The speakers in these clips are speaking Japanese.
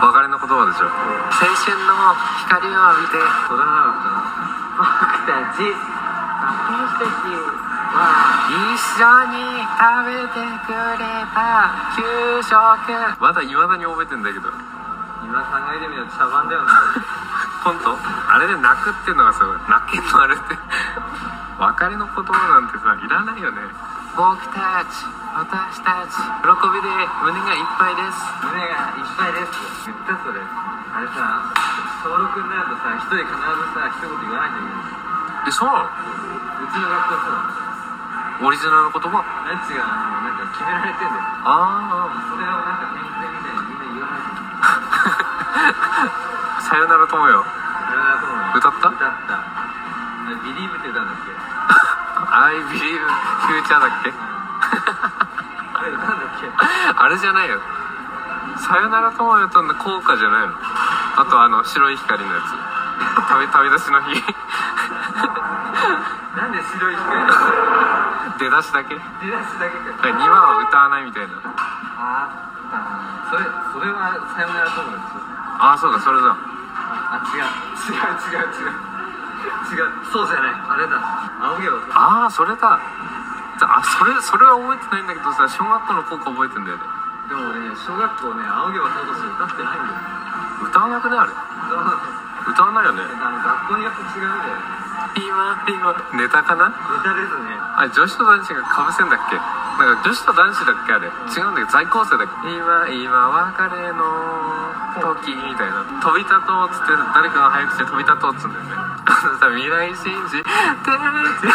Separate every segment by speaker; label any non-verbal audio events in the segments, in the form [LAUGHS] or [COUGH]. Speaker 1: 青春の光を浴びて
Speaker 2: 言葉でしょそれはなかっ
Speaker 3: 僕たち私たちは
Speaker 1: 一緒に食べてくれた給食
Speaker 2: たなまだいまだに覚えてんだけど
Speaker 3: 今考えてみると茶番だよな
Speaker 2: コントあれで泣くっていうのがすごい泣けんのあれって別れの言葉なんてさいらないよね
Speaker 1: 僕たち私たち喜びで胸がいっぱいです
Speaker 3: 胸がいっぱいです言ったそれあれさ登録になるとさ一人必ずさ一言言わないといけない
Speaker 2: えそうな
Speaker 3: うちの学校そうだ
Speaker 2: のオリジナルの言葉
Speaker 3: ランチがあのなんか決められてんだよ
Speaker 2: あ
Speaker 3: それをなんか年齢みたいにみんな言わないといけない
Speaker 2: あ [LAUGHS] さよなら友よ [LAUGHS]
Speaker 3: あれはどうなの
Speaker 2: 歌った
Speaker 3: 歌ったあれビリーブって歌うんだっけ
Speaker 2: I believe future だっけ
Speaker 3: あれ歌うんだっけ
Speaker 2: [LAUGHS] あれじゃないよさよなら友よとの効果じゃないのあとあの白い光のやつ旅 [LAUGHS] 旅立ちの日
Speaker 3: なんで白い光
Speaker 2: 出だしだけ2
Speaker 3: 出だしだけか
Speaker 2: 話を歌わないみたいな
Speaker 3: あったなそれそれはさよならと思うんですよ
Speaker 2: ああそうだそれだ
Speaker 3: あ違う違う違う違う違うそうじゃないあれだ青毛を
Speaker 2: ああそれだあそれそれは覚えてないんだけどさ小学校の効果覚えてんだよね
Speaker 3: でもね小学校ね青毛をサトシ歌ってないんだよ
Speaker 2: 歌わなくねあれ
Speaker 3: そうなんです
Speaker 2: 歌わないよね
Speaker 3: あの学校によって違うんだよ
Speaker 1: 今今
Speaker 2: ネタかな
Speaker 3: ネタですね
Speaker 2: あれ女子と男子がかぶせんだっけなんか女子と男子だっけあれ違うんだけど在校生だっけ今今別れの時みたいな飛び立とうっつって誰かが早口で飛び立とうっつうんだよねあ [LAUGHS] のさ未来信じて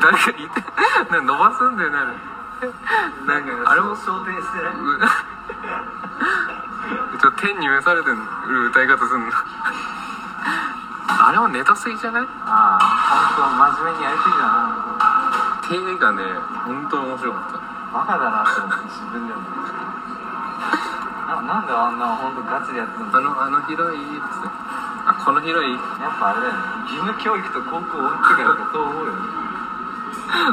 Speaker 2: 誰か言ってなんか伸ばすんだよねあれ
Speaker 3: なんか
Speaker 2: あれも
Speaker 3: 昇天してないう
Speaker 2: [LAUGHS] ちょっと天に召されてる歌い方すん [LAUGHS] のあれはネタすぎじゃない
Speaker 3: ああ本当真面目にやりすぎだな
Speaker 2: 手がね本当面白かっ
Speaker 3: バカだなって思って自分でもななんであんな本当ガチでやってるん
Speaker 2: たあ
Speaker 3: だろう
Speaker 2: のあの広いっつってあこの広い [LAUGHS]
Speaker 3: やっぱあれだよね義務教育と高校をってからだと思うよね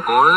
Speaker 2: おい